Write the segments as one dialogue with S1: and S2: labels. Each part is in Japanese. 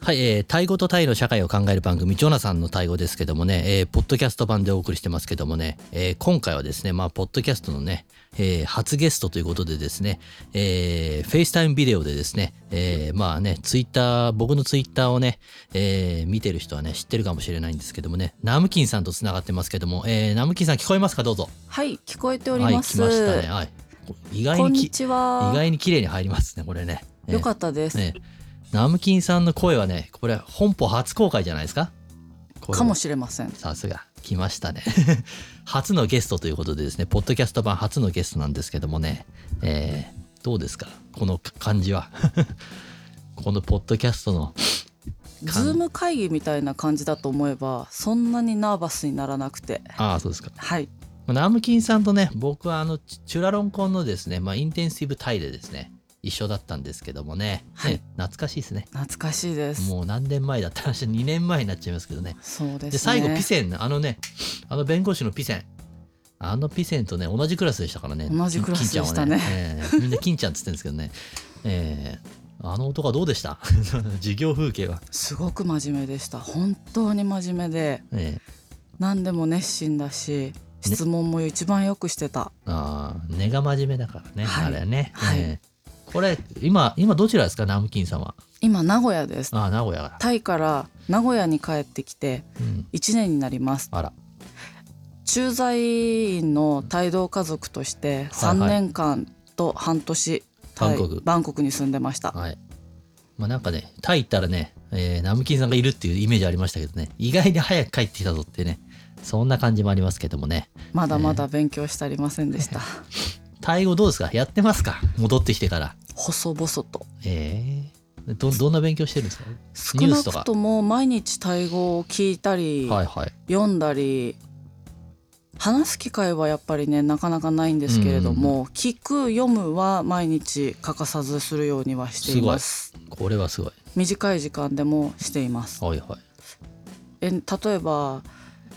S1: はい、えー、タイ語とタイの社会を考える番組、ジョナさんのタイ語ですけどもね、えー、ポッドキャスト版でお送りしてますけどもね、えー、今回はですね、まあ、ポッドキャストのね、えー、初ゲストということでですね、えー、フェイスタイムビデオでですね、えー、まあね、ツイッター、僕のツイッターをね、えー、見てる人はね、知ってるかもしれないんですけどもね、ナムキンさんと繋がってますけども、えー、ナムキンさん聞こえますかどうぞ。
S2: はい、聞こえており
S1: はい、
S2: ます。
S1: 来ましたね。はい。意外
S2: こん
S1: にき、
S2: に
S1: 意
S2: ちは。
S1: 外に綺麗に入りますね、これね。えー
S2: よかったです、
S1: ね、ナムキンさんの声はね、これ本邦初公開じゃないですか
S2: かもしれません。
S1: さすが、来ましたね。 初のゲストということでですね、ポッドキャスト版初のゲストなんですけどもね、えーどうですかこの感じは。 このポッドキャストの、かん
S2: ズーム会議みたいな感じだと思えば、そんなにナーバスにならなくて。
S1: ああ、そうですか。
S2: はい、
S1: まあナムキンさんとね、僕はあの、チュチュラロンコンのですね、まあ、インテンシブタイでですね、一緒だったんですけどもね、
S2: はい
S1: ね懐かしいですね。
S2: 懐かしいです。
S1: もう何年前だった話、2年前になっちゃいますけどね。
S2: そうですね。
S1: で最後ピセンあのねあの弁護士のピセンあのピセンとね同じクラスでしたからね
S2: 同じクラスでした
S1: 金ちゃんは
S2: ね
S1: ねええみんな金ちゃんっつってんですけどね、ええあの男はどうでした 授業風景は、
S2: すごく真面目でした。本当に真面目で、
S1: ええ
S2: 何でも熱心だし、質問も一番よくしてた。
S1: ああ根が真面目だからね、
S2: はい
S1: あれね、
S2: はい
S1: ええこれ今今どちらですかナムキンさんは
S2: 今名古屋です。
S1: ああ名古屋から、
S2: タイから名古屋に帰ってきて
S1: うん、
S2: 1年になります。
S1: あら
S2: 駐在員の帯同家族として
S1: はい
S2: 3年間と半年、
S1: バン
S2: タイ
S1: コク
S2: バンコクに住んでました
S1: はいまあなんかねタイ行ったらね、ええナムキンさんがいるっていうイメージありましたけどね意外に早く帰ってきたぞってねそんな感じもありますけどもね
S2: まだまだ勉強してありませんでした、
S1: タイ語どうですかやってますか戻ってきてから。
S2: 細々と
S1: ええど、どんな勉強してるんですか
S2: 少
S1: ニュー
S2: な
S1: スとか
S2: くとも毎日タイ語を聞いたり、
S1: はいはい。
S2: 読んだり話す機会はやっぱりねなかなかないんですけれども、聞く読むは毎日欠かさずするようにはしています
S1: これはすごい。
S2: 短い時間でもしています
S1: はいはい。
S2: え例えば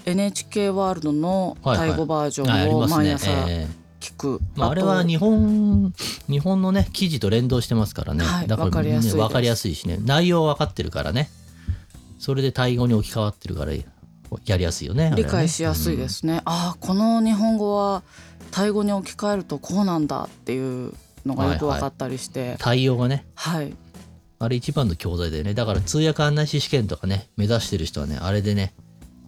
S2: NHK ワールドの
S1: はいは
S2: タ
S1: い
S2: イ語バージ
S1: ああ
S2: ョ
S1: り
S2: ンを
S1: ます
S2: 毎
S1: ね。
S2: 朝
S1: ええ
S2: 聞く、
S1: まあ、あれは
S2: と
S1: 日本、日本のね、記事と連動してますからね。
S2: はい
S1: だから
S2: わかりやすいです
S1: わかりやすいしね。内容わかってるからね。それでタイ語に置き換わってるから、やりやすいよね。あれはね
S2: 理解しやすいで。すね、ああこの日本語はタイ語に置き換えるとこうなんだっていうのがよく分かったりし
S1: うん
S2: て
S1: 対応がね。
S2: はい、
S1: あれ一番の教材だよね。だから通訳案内士試験とかね、目指してる人はね、あれでね、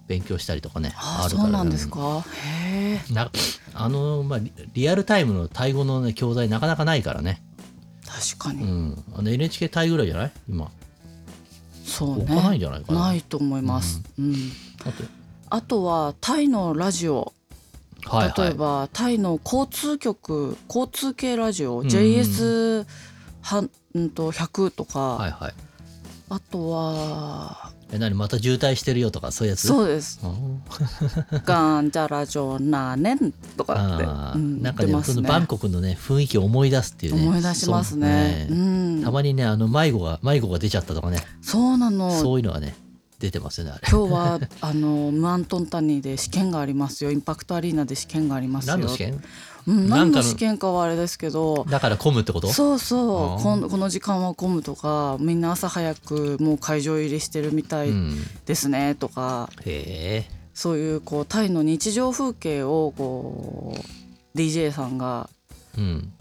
S1: 勉強したりとかね。
S2: ああ
S1: る
S2: そ
S1: から
S2: うなんですかへえ
S1: なあの、まあ、リリアルタイムのタイ語の、ね、教材なかなかないからね、
S2: 確か
S1: う
S2: に、
S1: ん、あの NHK タイぐらいじゃない今
S2: そう
S1: 置か
S2: ね
S1: ないんじゃないかな
S2: ないと思います、うん
S1: だって
S2: あとはタイのラジオ
S1: はいはい
S2: 例えばタイの交通局交通系ラジオ、
S1: うん
S2: JS はんと100とか、
S1: はいはい
S2: あとは
S1: え何また渋滞してるよとかそういうやつう
S2: そうです
S1: ん
S2: 「ガンジャラジョナネン」とかって、
S1: あー
S2: うん、
S1: なんか
S2: 出
S1: ね
S2: ま
S1: そ
S2: す
S1: の
S2: ね
S1: バンコクのね雰囲気を思い出すっていうね
S2: 思い出しますね
S1: そううんたまにねあの迷子が迷子が出ちゃったとかね
S2: そうなの
S1: そういうのはね出てますよねあれ
S2: 今日はあのムアントンタニーで試験がありますよインパクトアリーナで試験がありますよ
S1: 何の試験
S2: うん、
S1: なん
S2: 何
S1: かの
S2: の試験かはあれですけど
S1: だから混むってこと
S2: そう
S1: あ
S2: そ
S1: ー
S2: うこんこの時間は混むとかみんな朝早くもう会場入りしてるみたい
S1: ん、
S2: ですねとか、
S1: へえ
S2: そういうこうタイの日常風景をこう DJ さんが
S1: うん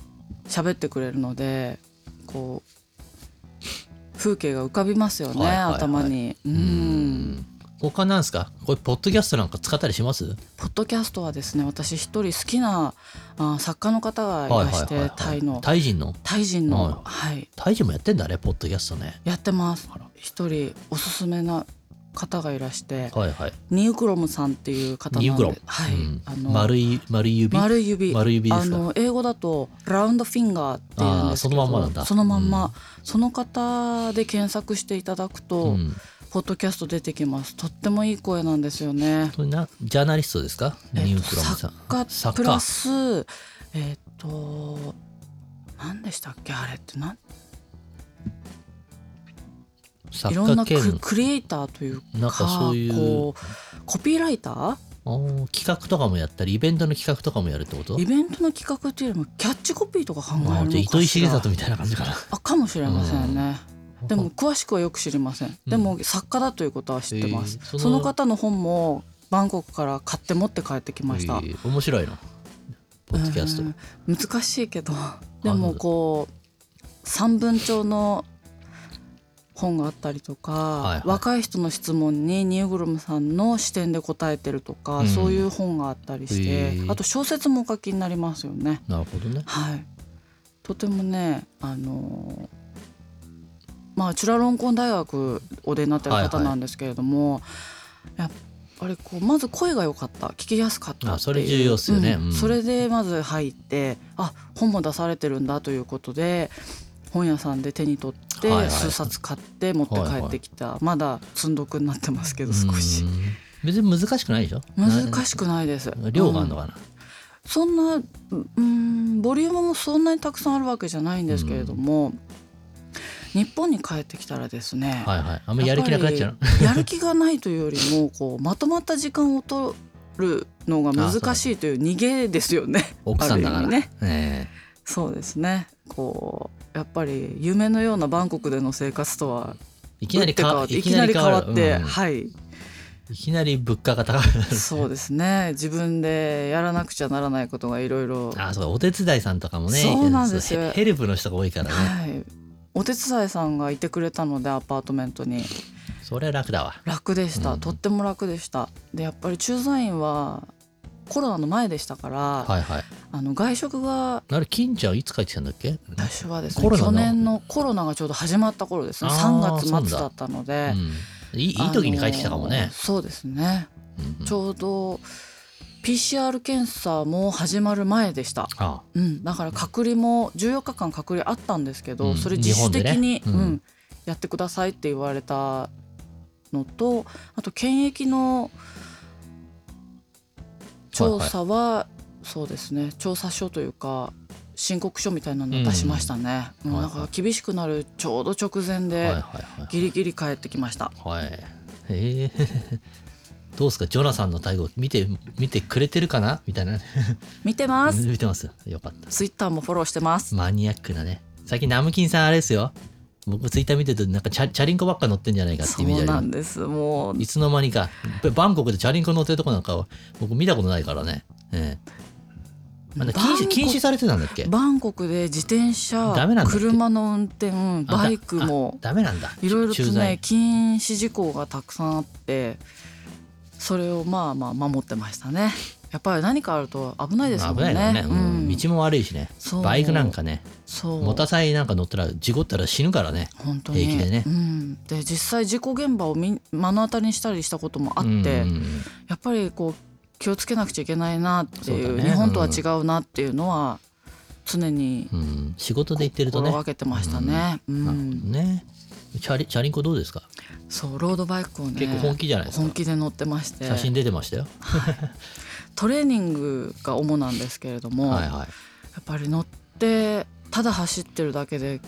S2: 喋ってくれるのでこう風景が浮かびますよね、
S1: はいはいはい
S2: 頭にうん
S1: うん他なんですかこれポッドキャストなんか使ったりします
S2: ポッドキャストはですね私一人好きなあ作家の方がいらして、タイの
S1: タイ人の
S2: タイ人の、
S1: はい
S2: はい、
S1: タイ人もやってんだねポッドキャストね
S2: やってます
S1: あら
S2: 一人おすすめな方がいらして
S1: はいはい
S2: ニウクロムさんっていう方なんで
S1: ニウクロム
S2: はい、
S1: うん
S2: あの
S1: 丸い丸い指
S2: 丸い指
S1: 丸い指で
S2: あ
S1: すか
S2: の英語だとラウンドフィンガーっていうんですけど
S1: あーそのまんまなんだ
S2: そのまんま
S1: うん
S2: その方で検索していただくと、
S1: うん
S2: ポッドキャスト出てきますとってもいい声なんですよね。
S1: それなジャーナリストですか、
S2: えっと
S1: ニュークロムさん
S2: 作家
S1: 作
S2: プ
S1: 家
S2: ラスえっと何でしたっけあれってなんいろ
S1: 作
S2: ん
S1: 家
S2: な
S1: 兼
S2: ククリエイターというか
S1: なんかそういう
S2: こうコピーライター
S1: あー企画とかもやったりイベントの企画とかもやるってこと
S2: イベントの企画っていうよりもキャッチコピーとか考えるの
S1: あ
S2: か
S1: ー
S2: し
S1: じゃ
S2: ら
S1: あ糸井重里みたいな感じかな
S2: あかもしれませんね、 でも詳しくはよく知りません、でも作家だということは知ってます、
S1: えーその
S2: その方の本もバンコクから買って持って帰ってきました、
S1: えー面白いなポッドキャスト
S2: うん難しいけどで
S1: なるほ
S2: も
S1: ど
S2: こう三文帳の本があったりとか、
S1: いはい
S2: 若い人の質問にニューグルムさんの視点で答えてるとか、
S1: うん
S2: そういう本があったりして、
S1: へー
S2: あと小説もお書きになりますよね。
S1: なるほどね
S2: はい、とてもねあのまあチュラロンコン大学お出になってる方なんですけれども、やっぱりこうまず声が良かった聞きやすかったっていう
S1: あそれ重要っすよね
S2: うん
S1: うん
S2: それでまず入ってあ本も出されてるんだということで本屋さんで手に取って
S1: はいはい
S2: 数冊買って持って帰ってきた、まだ積んどくになってますけど少し
S1: うん別に難しくないでしょ
S2: 難しくないです
S1: な量があるのかな、
S2: そんなううんボリュームもそんなにたくさんあるわけじゃないんですけれども、日本に帰ってきたらですね、
S1: はいはいあんまりやる気なくなっちゃうの
S2: やる気がないというよりもこうまとまった時間を取るのが難しいという逃げですよね。
S1: 奥さんだか
S2: あ
S1: ら
S2: る意味ね
S1: え
S2: そうですねこうやっぱり夢のようなバンコクでの生活とは
S1: えいきなり
S2: 打
S1: か
S2: って変わっていきなり変わっ
S1: いきなり変
S2: て、
S1: わるうん
S2: はい
S1: いきなり物価が高くなる
S2: そうですね自分でやらなくちゃならないことがいろいろ
S1: あそうかお手伝いさんとかもね
S2: そうなんですよ
S1: ヘヘルプの人が多いからね
S2: はい、お手伝いさんがいてくれたのでアパートメントに
S1: それは楽だわ
S2: 楽でした、
S1: うん
S2: とっても楽でしたでやっぱり駐在員はコロナの前でしたから、
S1: はいはい
S2: あの外食が
S1: あれ金ちゃんいつ帰ってきたんだっけ
S2: 私はです
S1: コロ
S2: ね
S1: ナの
S2: 去年のコロナがちょうど始まった頃ですね
S1: あー
S2: 3
S1: そうなん
S2: 月
S1: だ
S2: 末だったので、
S1: うん、いいいい時に帰ってきたかも
S2: あの
S1: ね
S2: ー、そうですね
S1: うんうん
S2: ちょうど PCR 検査も始まる前でした、
S1: あ
S2: うん、だから隔離も14日間隔離あったんですけど、
S1: うん
S2: それ自主的に、
S1: 日本
S2: う
S1: でねうん
S2: ん、やってくださいって言われたのとあと検疫の調査は、そうですね調査書というか申告書みたいなのを出しましたね、
S1: うん
S2: うん
S1: はい
S2: だ
S1: はい
S2: から厳しくなるちょうど直前
S1: はい
S2: で
S1: はいはい
S2: ギリギリ帰ってきました、
S1: はいへえ どうですかジョナサンの対応見て見てくれてるかなみたいなね
S2: 見てます、
S1: 見てますよかった
S2: ツイッターもフォローしてます
S1: マニアックなね最近ナムキンさんあれですよ僕ツイッター見てるとなんかチャチャリンコばっか乗ってんじゃないかって
S2: そ
S1: イメージあ
S2: う
S1: り
S2: な
S1: ます
S2: んですもう
S1: いつの間にかバンコクでチャリンコ乗ってるとこなんかは僕見たことないからね、ええあの禁
S2: バンコ
S1: 止
S2: ク
S1: 禁止されてたんだっけ
S2: バンコクで自転車
S1: ダメなんだって
S2: 車の運転バイクも
S1: ダメなんだ
S2: いろいろと
S1: 駐在
S2: ね禁止事項がたくさんあってそれをまあまあ守ってましたねやっぱり何かあると危ないですもん
S1: 危
S2: ね
S1: ないからね、
S2: う
S1: うんん、道も悪いしね
S2: そう
S1: バイクなんかね
S2: そう
S1: モタサイなんか乗ったら事故ったら死ぬからね
S2: 本当に
S1: 平気でね
S2: うん、で実際事故現場をみ目の当たりにしたりしたこともあって、
S1: うんうん
S2: やっぱりこう気をつけなくちゃいけないなってい
S1: そう
S2: う
S1: だね
S2: 日本とは違うなっていうのは常に
S1: うんうん仕事で行ってると
S2: 心
S1: ね
S2: がけてましたね。うん
S1: なるほどねチャリチャリンコどうですか
S2: そうロードバイクをね
S1: 結構本気じゃないですか
S2: 本気で乗ってまして
S1: 写真出てましたよ、
S2: トレーニングが主なんですけれども、
S1: はい
S2: や
S1: はい
S2: っぱり乗ってただ走ってるだけで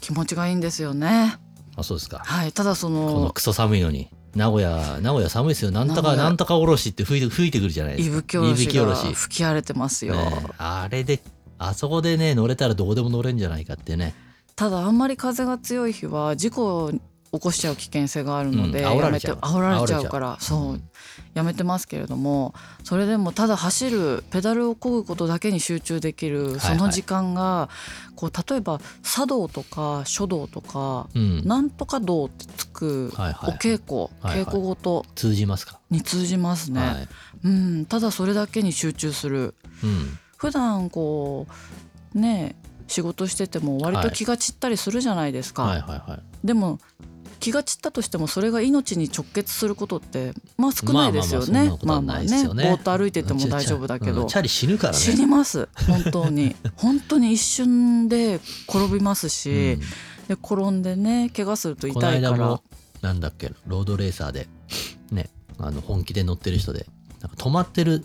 S2: 気持ちがいいんですよね。
S1: あそうですか
S2: はい、ただそ
S1: この
S2: の
S1: クソ寒いのに名古屋名古屋寒いですよなんと
S2: 名
S1: か
S2: 古屋
S1: なんとかおろしって吹いて吹いてくるじゃないです
S2: 息
S1: か
S2: 吹おろし
S1: 息吹おろ
S2: が
S1: し
S2: 吹き荒れてますよ。
S1: ねえあれであそこでね乗れたらどこでも乗れんじゃないかってね、
S2: ただあんまり風が強い日は事故を起こしちゃう危険性があるので、
S1: うん煽ら
S2: や
S1: れ
S2: め
S1: ちゃう
S2: て煽られちゃうから
S1: う
S2: そうんやめてますけれどもそれでもただ走るペダルを漕ぐことだけに集中できる
S1: い
S2: その時間が、こう例えば茶道とか書道とか、
S1: うん、
S2: なんとか道ってつく
S1: はいは
S2: お
S1: い
S2: 稽古、
S1: はいはい
S2: 稽古ごと
S1: 通じますか、
S2: に通じますね、
S1: はい、
S2: うん、ただそれだけに集中する
S1: うん、
S2: 普段こうね仕事してても割と気が散ったりするじゃないですか、
S1: はいはいはい
S2: でも気が散ったとしてもそれが命に直結することってまあ少ないですよね
S1: まあまあまあそんなことはないですよね
S2: ぼーっと歩いてても大丈夫だけ
S1: う
S2: ど
S1: んチャリ死ぬからね
S2: 死にます本当に本当に一瞬で転びますし、
S1: うん
S2: で転んでね怪我すると
S1: この
S2: 痛いか
S1: 間
S2: ら
S1: もなんだっけロードレーサーでねあの本気で乗ってる人でなんか止まってる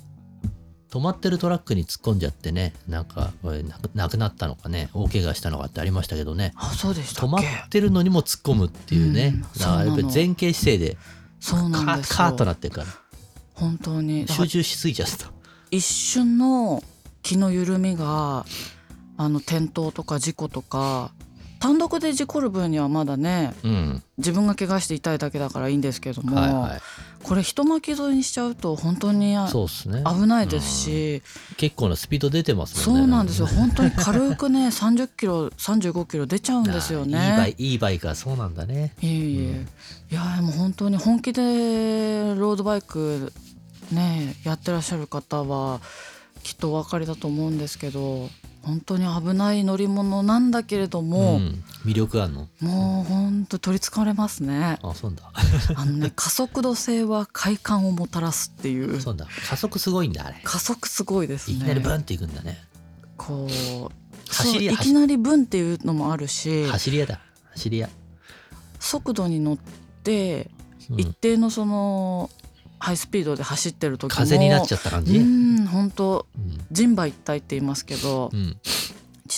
S1: 止まってるトラックに突っ込んじゃってねなんかこれなく亡くなったのかね大怪我したのかってありましたけどね
S2: あそうでした
S1: 止
S2: っ
S1: まっ
S2: け
S1: てるのにも突っ込むっていうね、
S2: うん
S1: だから
S2: そうな
S1: やっ
S2: の
S1: ぱり前傾姿勢で
S2: そう
S1: カ
S2: なん
S1: ー
S2: です
S1: カーッと
S2: よ
S1: なってるから
S2: 本当にだから
S1: 集中しすぎちゃった
S2: 一瞬の気の緩みがあの転倒とか事故とか単独で事故る分にはまだね
S1: うん
S2: 自分が怪我して痛いだけだからいいんですけども、
S1: はいはい
S2: これ人巻き添えにしちゃうと本当にあ
S1: そうですね
S2: 危ないですし、
S1: 結構なスピード出てます
S2: そ
S1: もんね
S2: うなんですよ
S1: か
S2: 本当に軽くね30キ ロ35キロ出ちゃうん
S1: ね
S2: ですよ
S1: ああいいバイ
S2: ね。
S1: いいバイクはそうなんだね
S2: いえいえ、
S1: うん
S2: いやでも本当に本気でロードバイクねやってらっしゃる方はきっとお分かりだと思うんですけど本当に危ない乗り物なんだけれども、
S1: ん、魅力あるの
S2: もう本当取りつかれますね
S1: あそうなん
S2: あのね 加速度性は快感をもたらすっていう
S1: だそうなんだ加速すごいんだあれ
S2: 加速すごいです
S1: い
S2: ね
S1: きなりブンっていくんだね
S2: こう
S1: 走り
S2: そういきなりブンっていうのもあるし
S1: 走り屋だ走り屋、
S2: 速度に乗って
S1: うん
S2: 一定のそのハイスピードで走ってる時も
S1: 風になっちゃった感じ、
S2: う
S1: うん
S2: ん本当人馬一体って言いますけど
S1: うん
S2: 自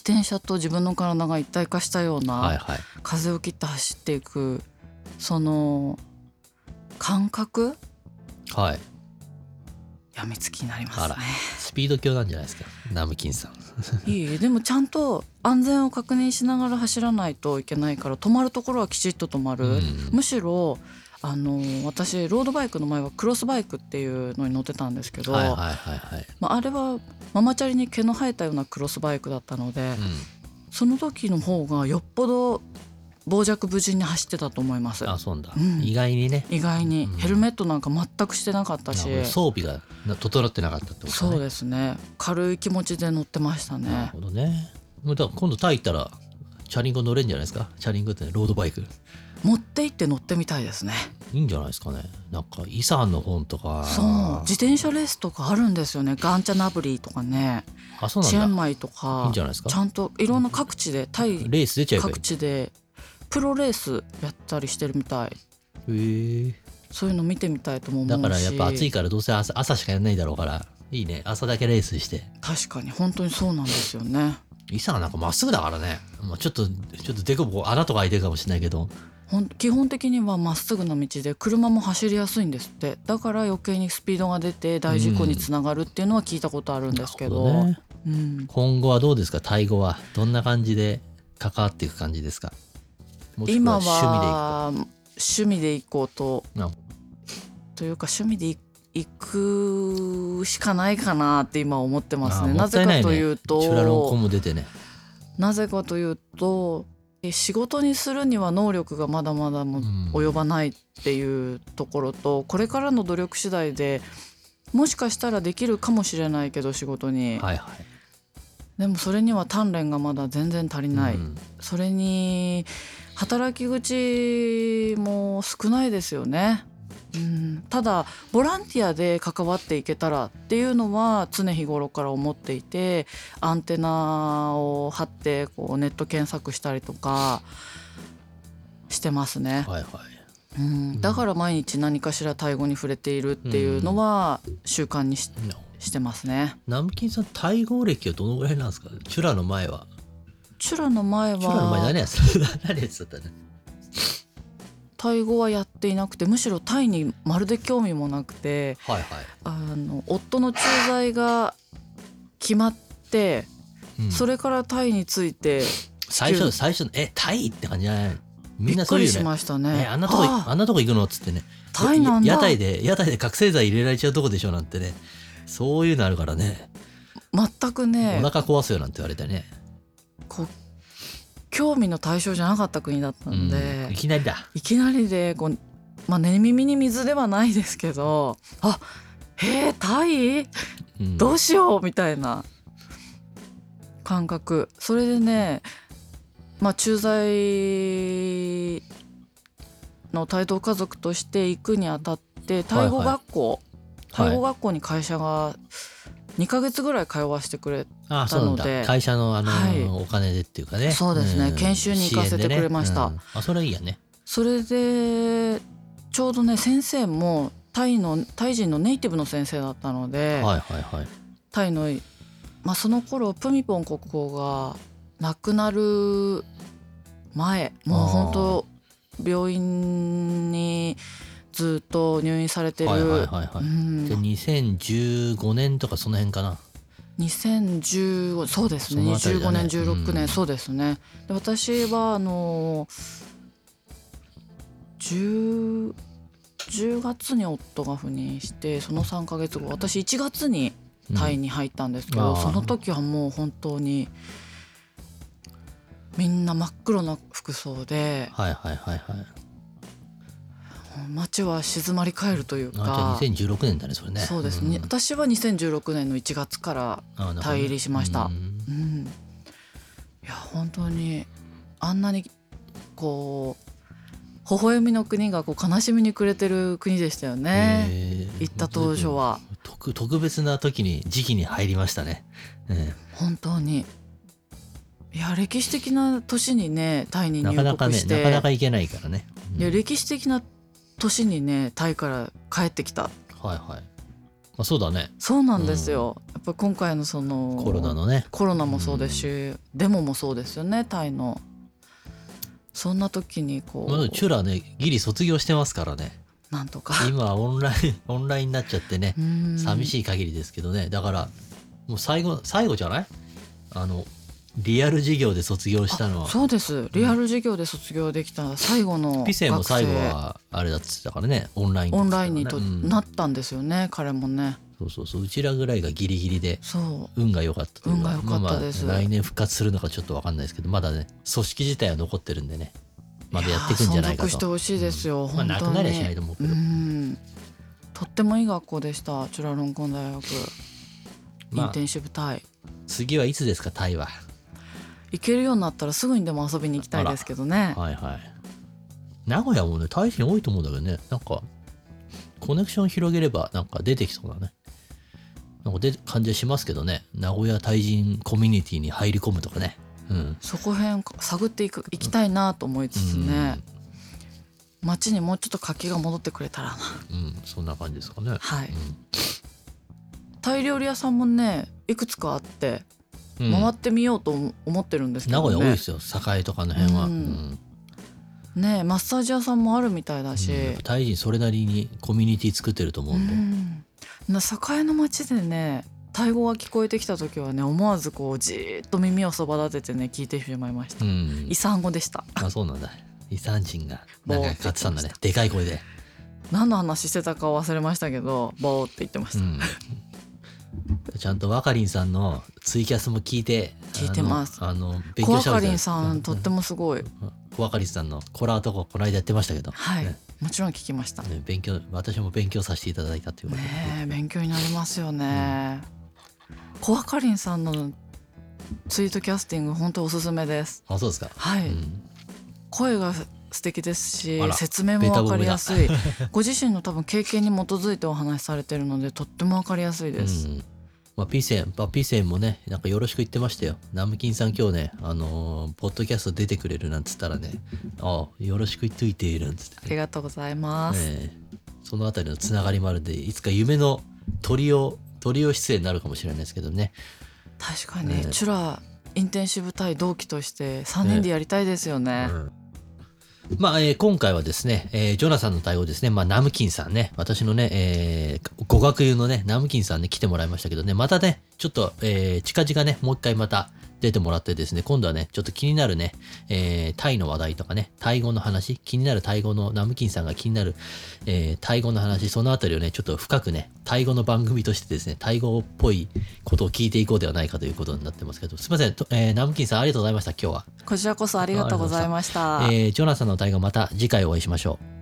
S2: 転車と自分の体が一体化したよう
S1: はい
S2: な
S1: はい
S2: 風を切って走っていくその感覚
S1: はい
S2: やみつきになりますね
S1: あ。スピード強なんじゃないですかナムキンさん
S2: いいえでもちゃんと安全を確認しながら走らないといけないから止まるところはきちっと止まる、
S1: うん
S2: むしろあの私ロードバイクの前はクロスバイクっていうのに乗ってたんですけど、
S1: はいはいはいはい、
S2: まあ、あれはママチャリに毛の生えたようなクロスバイクだったので、
S1: う
S2: その時の方がよっぽど傍若無人に走ってたと思います
S1: ん、あそうなんだ、
S2: うん
S1: 意外にね
S2: 意外に
S1: うん
S2: ヘルメットなんか全くしてなかったし、
S1: なるほど装備がな整ってなかったってことね
S2: そうですね軽い気持ちで乗ってました
S1: なる
S2: ね
S1: ほどねもうだから今度タイ行ったらチャリンコ乗れんじゃないですかチャリンコってねロードバイク
S2: 持って行って乗ってみたいですね
S1: いいんじゃないですかねなんかイサンの本とか
S2: そう自転車レースとかあるんですよねガンチャナブリとかね
S1: あそう
S2: チェ
S1: なん
S2: ン
S1: だ
S2: マイとか
S1: いいんじゃないですか
S2: ちゃんといろんな各地でタイ
S1: レース出ちゃえばい
S2: 各地でプロレースやったりしてるみたい
S1: いへえ
S2: そういうの見てみたいとも思うし
S1: だからやっぱ暑いからどうせ朝朝しかやんないだろうからいいね朝だけレースして
S2: 確かに本当にそうなんですよね
S1: イサンなんかまっすぐだからね、まあ、ちょっとちょっとデコボコ穴とか開いてるかもしれないけど
S2: ほん基本的にはまっすぐな道で車も走りやすいんですってだから余計にスピードが出て大事故につながるっていうのは聞いたことあるんですけど,、
S1: なるほね
S2: うん、
S1: 今後はどうですかタイ語はどんな感じで関わっていく感じですかもしく
S2: 今
S1: は趣味でいくか
S2: は趣味で行こうと
S1: な
S2: というか趣味でい行くしかないかなって今思ってます
S1: あー
S2: ね。
S1: も
S2: な
S1: った
S2: ぜ
S1: いない
S2: か
S1: ね
S2: というと
S1: チュラロンコンも出てね
S2: なぜかというとえ仕事にするには能力がまだまだも
S1: ん
S2: 及ばないっていうところと、これからの努力次第でもしかしたらできるかもしれないけど仕事に、
S1: はいはい
S2: でもそれには鍛錬がまだ全然足りない、
S1: うん
S2: それに働き口も少ないですよね。うん、ただボランティアで関わっていけたらっていうのは常日頃から思っていてアンテナを張ってこうネット検索したりとかしてますね、
S1: はいはい
S2: うん、だから毎日何かしらタイ語に触れているっていうのは習慣にし
S1: な
S2: してますね。
S1: ナムキンさんタイ語歴はどのぐらいなんですかチュラの前は
S2: チュラの前
S1: チュラの前
S2: は
S1: 何やつ何やつだった ね
S2: タイ語はやっていなくてむしろタイにまるで興味もなくて
S1: はいはい、
S2: あの夫の駐在が決まって、
S1: うん
S2: それからタイについて
S1: 最初最初のえタイって感じじゃないみん
S2: び
S1: な
S2: っ
S1: そう
S2: くり
S1: いう
S2: し
S1: ね
S2: ましたね。
S1: えあんなとこ
S2: は
S1: あんなとこ行くのっつってね
S2: あタイなんだ
S1: や屋台で屋台で覚醒剤入れられちゃうとこでしょなんてねそういうのあるからね
S2: 全くね
S1: お腹壊すよなんて言われてね、
S2: こう興味の対象じゃなかった国だったんで、
S1: うんい
S2: い
S1: きなりだ
S2: きなりでこう、まあ、寝耳に水ではないですけどあへえタイ
S1: うん
S2: どうしようみたいな感覚それでねまあ駐在の帯同家族として行くにあたってタイ語学校、
S1: はい
S2: タイ語学校に会社が2ヶ月ぐらい通わせてくれ、
S1: ああそうなんだ
S2: なので
S1: 会社のあの、
S2: はい
S1: お金でっていうかね
S2: そうですね研修に行かせて
S1: 支援でね
S2: くれました
S1: うんあそれはいいやね
S2: それでちょうどね先生もタイのタイ人のネイティブの先生だったので、
S1: はいはいはい
S2: タイの、まあ、その頃プミポン国王が亡くなる前もう本当病院にずっと入院されてる、
S1: はいはいはいは
S2: う
S1: いで
S2: ん
S1: 2015年とかその辺かな
S2: 2010そうですね
S1: そのあたり
S2: 25
S1: だね
S2: 年16年、
S1: うん
S2: そうですねで私はあの 10, 10月に夫が赴任してその3ヶ月後私1月にタイに入ったんですけど、
S1: あー
S2: その時はもう本当にみんな真っ黒な服装で
S1: はいはいはいはい。
S2: 街は静まり返るという
S1: あじゃあ
S2: か
S1: 2016年だねそれね。
S2: そうですね、
S1: ん
S2: 私は2016年の1月から
S1: あなるほどね
S2: 対入りしました
S1: うん
S2: うん、いや本当にあんなにこう微笑みの国がこう悲しみに暮れてる国でしたよね、
S1: へー
S2: 行った当初は
S1: 特特別な時に時期に入りましたね。え
S2: 本当にいや歴史的な年にねタイ
S1: え
S2: に
S1: なかな
S2: 入
S1: か
S2: 国
S1: ね
S2: して
S1: なかなか行けないからね。うん
S2: いや歴史的な年にねタイから帰ってきた
S1: はいはい。まあそうだね
S2: そうなんですよ、やっぱ今回のその
S1: コロナのね。
S2: コロナもそうですし、デモもそうですよねタイのそんな時にこう、
S1: まあでもチュラねギリ卒業してますからね。
S2: なんとか
S1: 今はオンライン オンラインになっちゃってね寂
S2: い
S1: しい限りですけどねだからもう最後最後じゃないあのリアル授業で卒業したのは
S2: そうですリアル授業で卒業できた最後の学生
S1: ピセも最後はあれだっつってたからねオンラインだっ
S2: オ
S1: つ
S2: ン
S1: ってたか
S2: ラ
S1: ら
S2: イ
S1: ね
S2: ンにと、
S1: うん
S2: なったんですよね彼もね
S1: そうそうそううちらぐらいがギリギリで
S2: そ
S1: 運が良かったという
S2: 運が良かった
S1: まあまあ
S2: です
S1: 来年復活するのかちょっと分かんないですけどまだね組織自体は残ってるんでね
S2: う
S1: まだやっていくんじゃないか
S2: やー存続して
S1: と
S2: ほしいですよ、
S1: まあ
S2: 本当
S1: な
S2: に、
S1: くなりゃしないと思うけど
S2: うんとってもいい学校でしたチュラロンコン大学、
S1: まあ
S2: インテンシブタイ
S1: 次はいつですかタイは
S2: 行けるようになったらすぐにでも遊びに行きたいですけどね
S1: はいはい名古屋もね大変多いと思うんだけどねなんかコネクション広げればなんか出てきそうだねなんか出て感じはしますけどね名古屋対人コミュニティに入り込むとかねうん
S2: そこへん探っていく行きたいなと思いつつね、街にもうちょっと活気が戻ってくれたらな
S1: うん、うんそんな感じですかね
S2: はいタイ料理屋さんもねいくつかあって
S1: うん、うん
S2: 回ってみようと思思ってるんですけ
S1: 名
S2: ど
S1: 古
S2: ね,、
S1: 屋多いですよ栄とかの辺は、
S2: う
S1: うんん
S2: ねマッサージ屋さんもあるみたいだし、
S1: やっぱタイ人それなりにコミュニティ作ってると思
S2: う
S1: うんで、
S2: んな栄の街でねタイ語が聞こえてきた時はね思わずこうじーっと耳をそば立ててね聞いてしまいました、
S1: うん
S2: 遺産語でした
S1: あそうなんだ遺産人がなんか買ってたんだね
S2: も
S1: でかい声で
S2: 何の話してたか忘れましたけどボーって言ってました、
S1: う ん、ちゃんとワカリンさんのツイキャスも聞いて
S2: 聞いてます
S1: あのあの勉
S2: コ
S1: 強
S2: ア
S1: したわ
S2: カ
S1: けじゃ
S2: リ
S1: ない
S2: ンさんとってもすごい、
S1: うんコアカリンさんのコラーとここの間やってましたけ ど、
S2: はい、
S1: ね
S2: もちろん聞きましたね
S1: ね勉強私も勉強させていただいたということで、
S2: え勉強になりますよね、コアカリンさんのツイートキャスティング本当おすすめです
S1: あそうですか、
S2: はい、
S1: うん
S2: 声が素敵ですし
S1: あら
S2: 説明も分かりやすい ご自身の多分経験に基づいてお話しされてるのでとっても分かりやすいです、
S1: うんまあ、ピーセン、まあ、ピーセンもねなんかよろしく言ってましたよナムキンさん今日ねあのーポッドキャスト出てくれるなんつったらねあよろしく言っといてなんつってね、
S2: ありがとうございます、
S1: ええそのあたりのつながりもあるんでいつか夢のトリオトリオ出演になるかもしれないですけどね
S2: 確かに、
S1: ねえ
S2: チュラインテンシブ対同期として3人でやりたいですよね
S1: まあ、えー今回はですね、えージョナさんの対応ですね、まあ、ナムキンさんね、私のね、えー語学友のね、ナムキンさんね、来てもらいましたけどね、またね、ちょっと、えー近々ね、もう一回また出てもらってですね、今度はね、ちょっと気になるね、えータイの話題とかね、タイ語の話、気になるタイ語の、ナムキンさんが気になる、えータイ語の話、そのあたりをね、ちょっと深くね、タイ語の番組としてですね、タイ語っぽいことを聞いていこうではないかということになってますけど、すいません、とえーナムキンさんありがとうございました、今日は。
S2: こちらこそありがとうございました
S1: えージョナサンの対話また次回お会いしましょう。